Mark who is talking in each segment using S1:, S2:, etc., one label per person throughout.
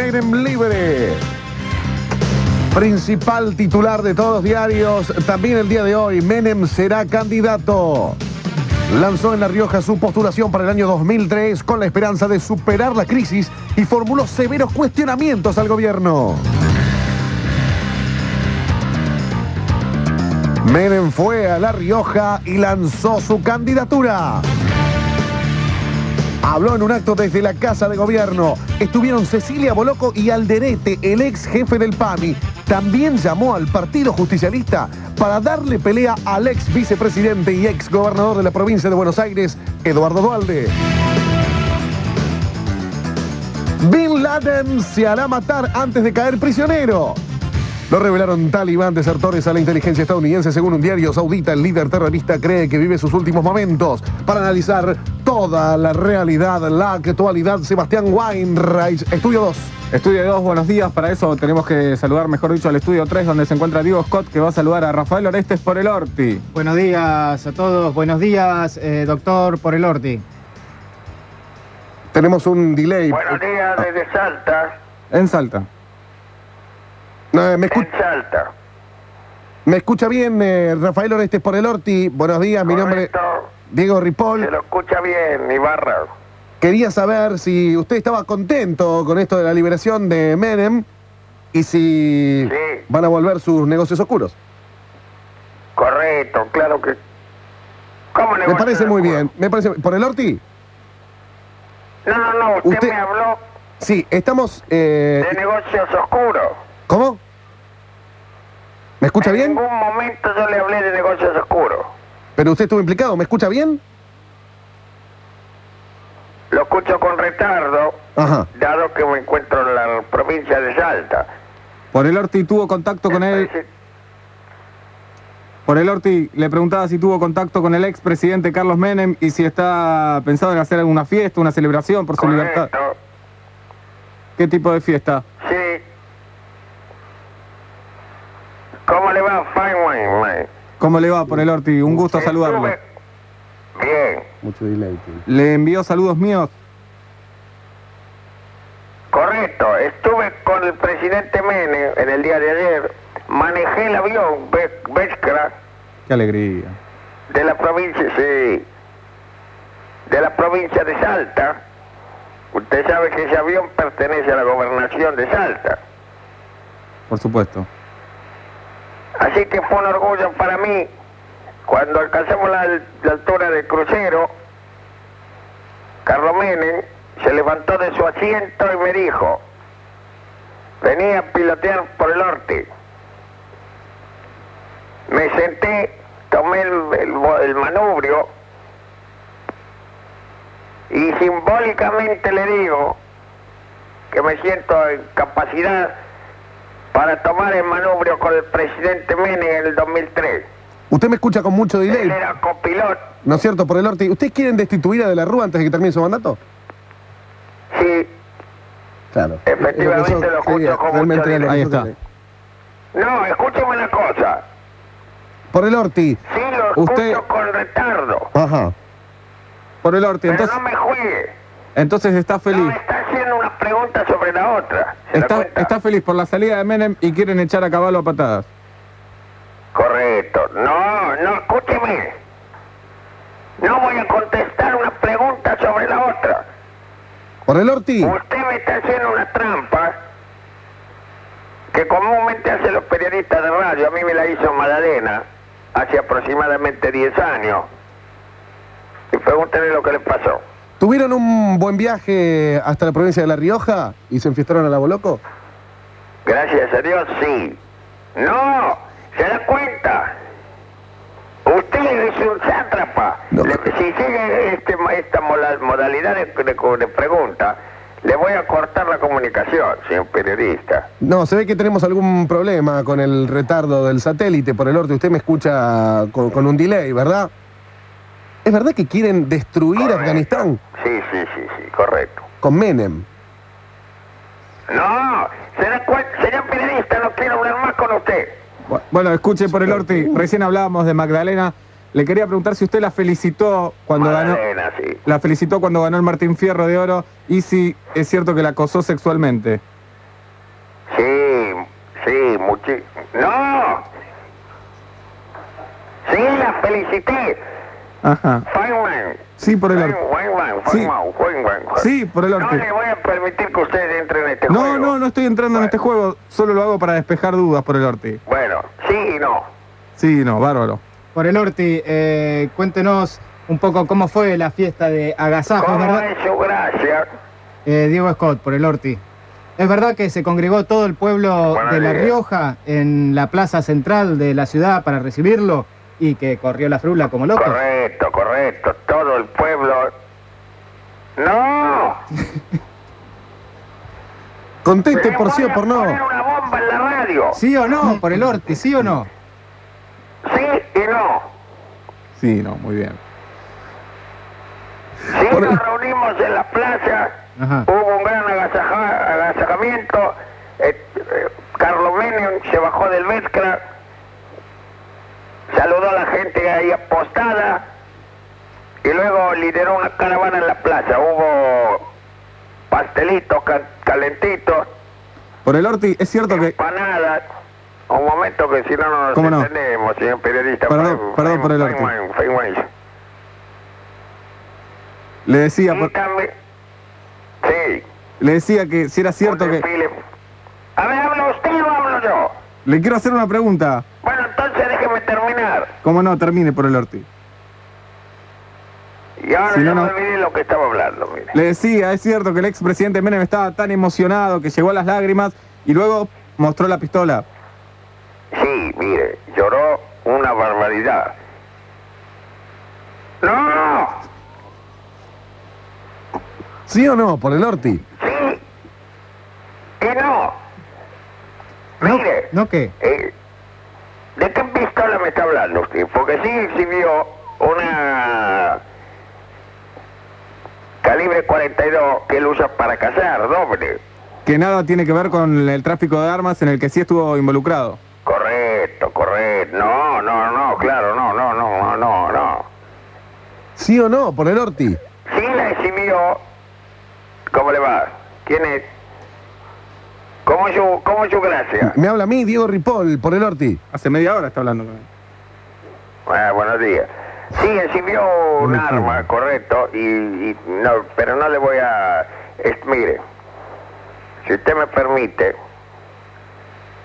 S1: tienen libre. Principal titular de todos los diarios, también el día de hoy, Menem será candidato. Lanzó en La Rioja su postulación para el año 2003 con la esperanza de superar la crisis y formuló severos cuestionamientos al gobierno. Menem fue a La Rioja y lanzó su candidatura. Habló en un acto desde la Casa de Gobierno. Estuvieron Cecilia Boloco y Alderete, el ex jefe del PAMI. También llamó al Partido Justicialista para darle pelea al ex vicepresidente y ex gobernador de la provincia de Buenos Aires, Eduardo Dualde. Bin Laden se hará matar antes de caer prisionero. Lo revelaron talibán desertores a la inteligencia estadounidense según un diario saudita. El líder terrorista cree que vive sus últimos momentos. Para analizar toda la realidad, la actualidad, Sebastián Weinreich, Estudio 2.
S2: Estudio 2, buenos días. Para eso tenemos que saludar, mejor dicho, al Estudio 3, donde se encuentra Diego Scott, que va a saludar a Rafael Orestes por el Orti.
S3: Buenos días a todos, buenos días, eh, doctor por el Orti.
S1: Tenemos un delay.
S4: Buenos
S1: ah,
S4: días desde Salta.
S2: En Salta.
S1: No, eh, me, escu-
S4: En Salta.
S1: me escucha bien eh, Rafael Orestes por el Orti. Buenos días, ah, mi nombre es
S4: Correcto.
S1: Diego Ripoll.
S4: Se lo escucha bien, Ibarra.
S1: Quería saber si usted estaba contento con esto de la liberación de Menem y si
S4: Sí.
S1: van a volver sus negocios oscuros.
S4: Correcto, claro que. ¿Cómo le
S1: Me
S4: voy a
S1: parece
S4: hacer
S1: muy
S4: el
S1: bien. Me parece por el Orti.
S4: culo? No, no, no, usted,
S1: Usted-
S4: me habló
S1: Sí, estamos. eh,
S4: de negocios oscuros.
S1: ¿Cómo? ¿Me escucha
S4: en
S1: bien?
S4: ningún momento yo le hablé de negocios oscuros.
S1: Pero usted estuvo implicado. ¿Me escucha bien?
S4: Lo escucho con retardo,
S1: Ajá.
S4: dado que me encuentro en la provincia de Salta.
S2: Por el Orti tuvo contacto con él.
S4: Entonces,
S2: Por el Orti le preguntaba si tuvo contacto con el ex presidente Carlos Menem y si está pensado en hacer alguna fiesta, una celebración por su libertad.
S4: Correcto.
S2: ¿Qué tipo de fiesta?
S4: Sí. ¿Cómo le va, Feynman? man?
S2: ¿Cómo le va por el Orti? Un gusto saludarlo.
S4: Estuve- Bien,
S1: Mucho delay.
S2: Le envío saludos míos.
S4: correcto. Estuve con el presidente Menem en el día de ayer. Manejé el avión Be- Vescra
S2: Qué alegría.
S4: de la provincia, sí, de la provincia de Salta. Usted sabe que ese avión pertenece a la gobernación de Salta.
S2: Por supuesto.
S4: Así que fue un orgullo para mí cuando alcanzamos la, al- la altura del crucero. Carlos Menem se levantó de su asiento y me dijo, venía a pilotear por el norte. Me senté, tomé el, el bo- el manubrio y simbólicamente le digo que me siento en capacidad para tomar el manubrio con el presidente Menem en el 2003.
S1: Usted me escucha con mucho delay,
S4: Él era copiloto,
S1: ¿no es cierto? Por el Orti. ¿Ustedes quieren destituir a De la Rúa antes de que termine su mandato?
S4: sí.
S1: Claro.
S4: Efectivamente, lo escucho con mucho delay.
S2: Ahí está.
S4: No, escúcheme una cosa.
S1: Por el Orti.
S4: Sí, lo escucho
S2: Usted-
S4: con retardo.
S1: Ajá.
S2: Por el Orti,
S4: Pero
S2: entonces,
S4: no me juegue.
S2: entonces está
S4: No
S2: feliz.
S4: me está haciendo una pregunta sobre la otra. ¿Se da
S2: Está,
S4: cuenta?
S2: está feliz por la salida de Menem y quieren echar a caballo a patadas.
S4: Correcto. No, no, escúcheme. No voy a contestar una pregunta sobre la otra.
S1: Por el Orti.
S4: Usted me está haciendo una trampa que comúnmente hacen los periodistas de radio. A mí me la hizo Madalena hace aproximadamente 10 años. Y pregúntenle lo que le pasó.
S1: ¿Tuvieron un buen viaje hasta la provincia de La Rioja y se enfiestaron a la Boloco?
S4: Gracias a Dios, sí. No, se da cuenta. Usted es un sátrapa.
S1: No.
S4: Le- si sigue este, esta mola- modalidad de, de- de pregunta, le voy a cortar la comunicación, señor periodista.
S1: No, se ve que tenemos algún problema con el retardo del satélite por el Orti. Usted me escucha con, con un delay, ¿verdad? ¿Es verdad que quieren destruir
S4: Correcto.
S1: Afganistán
S4: Sí, sí, sí, sí, correcto.
S1: con Menem?
S4: No, se da cuen- señor periodista, no quiero hablar más con usted.
S2: Bu- Bueno, escuche por el Orti, recién hablábamos de Magdalena. Le quería preguntar si usted la felicitó cuando ganó.
S4: Magdalena, sí.
S2: La felicitó cuando ganó el Martín Fierro de Oro y si es cierto que la acosó sexualmente.
S4: Sí, muchi... ¡No! Sí, la felicité.
S2: Ajá.
S4: Feynman.
S2: Sí, por el ar-
S4: Feynman,
S2: Sí.
S4: Feynman, Feynman.
S2: Sí, por el
S4: No
S2: arque.
S4: le voy a permitir que ustedes entren en este juego.
S2: No, no, no estoy entrando en este juego. Solo lo hago para despejar dudas por el Orti.
S4: Bueno, sí y no.
S2: Sí, no, bárbaro.
S3: Por el Orti, eh, cuéntenos un poco cómo fue la fiesta de
S2: Ah,
S3: agasajos,
S4: ¿Cómo
S3: ¿verdad?
S4: es su gracia?
S3: Eh, Diego Scott, por el Orti. ¿Es verdad que se congregó todo el pueblo
S4: Buenos
S3: de La
S4: días.
S3: Rioja en la plaza central de la ciudad para recibirlo y que corrió la frula como loco?
S4: Correcto, correcto. Todo el pueblo. ¡No!
S1: Conteste
S4: Le
S1: por sí
S4: voy
S1: o
S4: a
S1: por no.
S4: poner una bomba en la radio. Sí,
S3: ¿Sí o no? Por el Orti, ¿sí o no?
S4: y no.
S2: Sí, no, muy bien.
S4: Sí,
S1: Por-
S4: nos reunimos en la plaza.
S3: Ajá.
S4: Hubo un gran agasaja- agasajamiento. eh, eh, Carlos Menem se bajó del Vescra. Saludó a la gente ahí apostada. Y luego lideró una caravana en la plaza. Hubo pastelitos ca- calentitos,
S2: Por el Orti, es cierto que.
S4: empanadas. Un momento que si no no nos
S2: ¿Cómo no?
S4: entendemos, señor periodista.
S2: Perdón,
S4: Fe-
S2: perdón
S4: Fe-
S2: por el arte.
S4: Feynman, Feynman.
S2: Le decía,
S4: Y
S2: por-
S4: también- Sí.
S2: le decía que si era cierto
S4: Un
S2: que.
S4: desfile. A ver, ¿habla usted o hablo yo?
S2: Le quiero hacer una pregunta.
S4: Bueno, entonces déjeme terminar.
S2: ¿Cómo no? Termine por el Orti.
S4: Y ahora
S2: Si no,
S4: ya
S2: no.
S4: me olvidé lo que estaba hablando, mire.
S2: Le decía, es cierto que el expresidente Menem estaba tan emocionado que llegó a las lágrimas y luego mostró la pistola.
S4: Sí, mire, lloró una barbaridad. ¡No!
S1: ¿Sí o no? Por el Orti.
S4: ¡Sí! ¡Que no! Mire,
S3: ¿No qué?
S4: eh, ¿de qué pistola me está hablando usted? Porque sí exhibió una calibre 42 que él usa para cazar, doble.
S2: Que nada tiene que ver con el tráfico de armas en el que sí estuvo involucrado.
S4: Correcto, correcto. No, no, no, claro, no, no, no, no, no, no.
S1: ¿Sí o no? Por el Orti.
S4: Sí la exhibió. ¿Cómo le va? ¿Quién es? ¿Cómo es su, cómo es su gracia?
S1: Me habla a mí, Diego Ripoll, por el Orti.
S2: Hace media hora está hablando con él.
S4: Ah, buenos días. Sí, exhibió un
S1: Buenos días.
S4: arma, correcto, y, y no, pero no le voy a... es- mire, si usted me permite,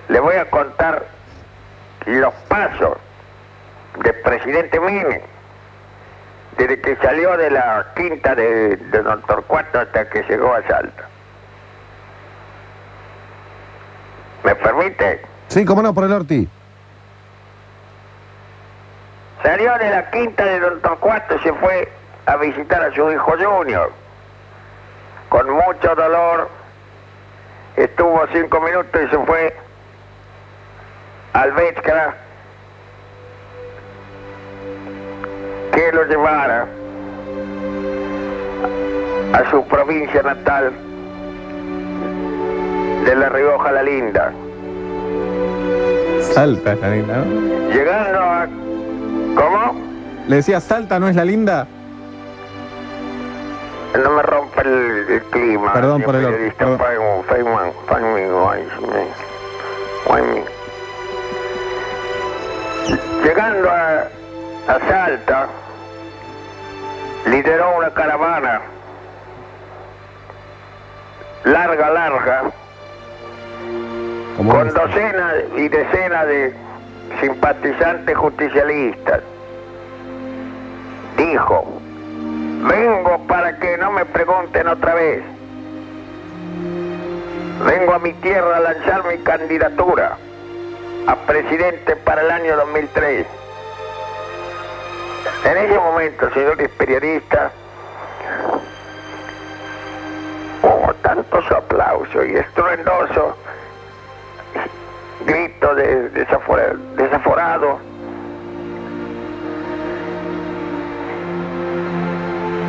S4: le voy a contar los pasos del presidente Menem, desde que salió de la quinta de, de Don Torcuato hasta que llegó a Salta. ¿Me permite?
S1: Sí, cómo no, por el Orti.
S4: Salió de la quinta de Don Torcuato, se fue a visitar a su hijo Junior. Con mucho dolor, estuvo cinco minutos y se fue al Vizcra que lo llevara a su provincia natal de La Rioja la Linda.
S2: Salta es la linda, ¿no?
S4: Llegando a... ¿Cómo?
S2: Le decía, Salta no es la linda.
S4: No me rompe el, el clima.
S2: Perdón
S4: señor
S2: por el-
S4: periodista.
S2: perdón.
S4: Feynman, Feynman, Feynman, ay, sí, Feynman. Llegando a, a Salta, lideró una caravana larga, larga,
S1: Como
S4: con
S1: no.
S4: docenas y decenas de simpatizantes justicialistas. Dijo, vengo para que no me pregunten otra vez. Vengo a mi tierra a lanzar mi candidatura a presidente para el año 2003. En ese momento, señores periodistas, hubo tantos aplausos y estruendosos grito de, desafora- desaforado.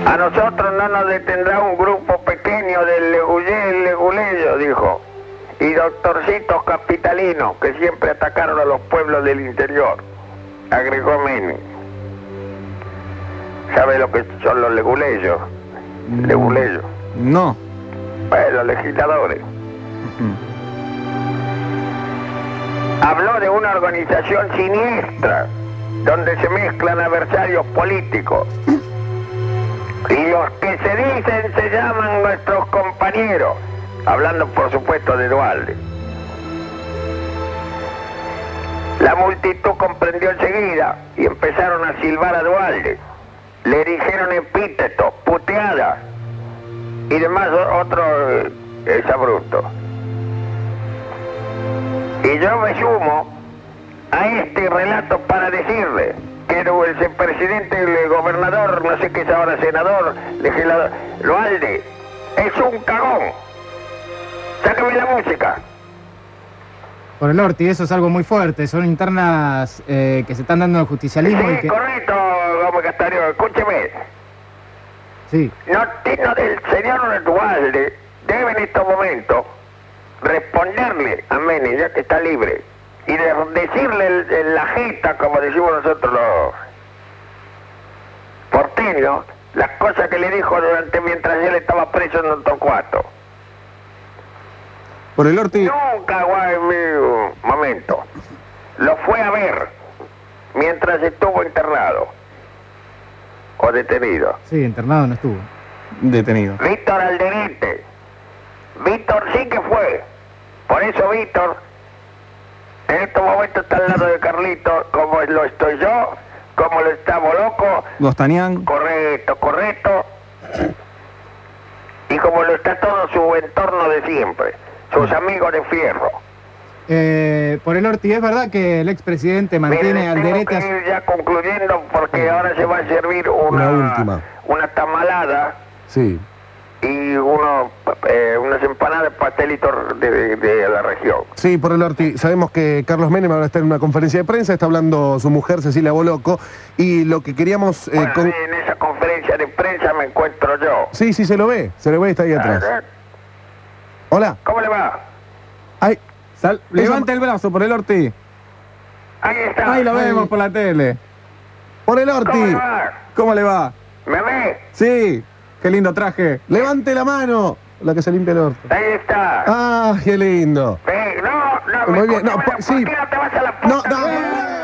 S4: A nosotros no nos detendrá un grupo pequeño del legulé, leguleyo, dijo, y doctorcitos capitalinos que siempre atacaron a los pueblos del interior, agregó Menem. ¿Sabe lo que son los leguleyos? Leguleyos,
S2: No.
S4: pues, los legisladores. Habló de una organización siniestra donde se mezclan adversarios políticos. Y los que se dicen se llaman nuestros compañeros, hablando por supuesto de Dualde. La multitud comprendió enseguida y empezaron a silbar a Dualde. Le dijeron epítetos, puteadas y demás eh, otros bruto Y yo me sumo a este relato para decirle que el vicepresidente, el gobernador, no sé qué es ahora, senador, legislador, Loalde, es un cagón. Sácame la música.
S3: Por el Orti, eso es algo muy fuerte. Son internas eh, que se están dando al justicialismo. y
S4: Sí,
S3: que...
S4: correcto, Gómez Castaño, escúcheme.
S3: Sí,
S4: No tengo del señor Dualde, debe en estos momentos responderle a Menem, ya que está libre, y de decirle el- el- la jeta, como decimos nosotros los porteños, las cosas que le dijo durante mientras él estaba preso en Don Torcuato.
S2: Por el Orti,
S4: Nunca, guay, amigo, momento. Lo fue a ver mientras estuvo internado o detenido.
S3: sí, internado no estuvo.
S2: detenido.
S4: Víctor Alderete. Víctor sí que fue. Por eso Víctor, en estos momentos está al lado de Carlito, como lo estoy yo, como lo estamos loco,
S2: Gostanián,
S4: correcto, correcto, y como lo está todo su entorno de siempre, sus amigos de fierro.
S3: Eh, por el Orti, es verdad que el expresidente mantiene
S4: Miren,
S3: al
S4: tengo
S3: derecho.
S4: que ir ya concluyendo porque ahora se va a servir una,
S1: Una última.
S4: una tamalada.
S1: Sí.
S4: y uno, eh, unas empanadas pastelitos de, de- de la región.
S1: Sí, por el Orti. Sabemos que Carlos Menem ahora está en una conferencia de prensa, está hablando su mujer Cecilia Boloco, y lo que queríamos... eh,
S4: Bueno,
S1: con-
S4: En esa conferencia de prensa me encuentro yo. Ah,
S1: Sí, sí, se lo ve, se lo ve, está ahí atrás. Hola.
S4: ¿Cómo le va?
S1: Ay,
S2: sal- levanta el brazo por el Orti.
S4: Ahí está.
S2: Ahí lo vemos por la tele.
S1: por el
S4: ¿Cómo
S1: Orti.
S4: le va?
S2: ¿Cómo le va?
S4: ¿Me ve?
S2: Sí, qué lindo traje.
S1: Levante la mano. La que se limpia el orto.
S4: Ahí está.
S1: Ah, qué lindo.
S4: Ve, No, no,
S1: Muy
S4: me-
S1: bien, no,
S4: ¿por
S1: po- sí.
S4: qué no te vas a la puta?
S1: No, no.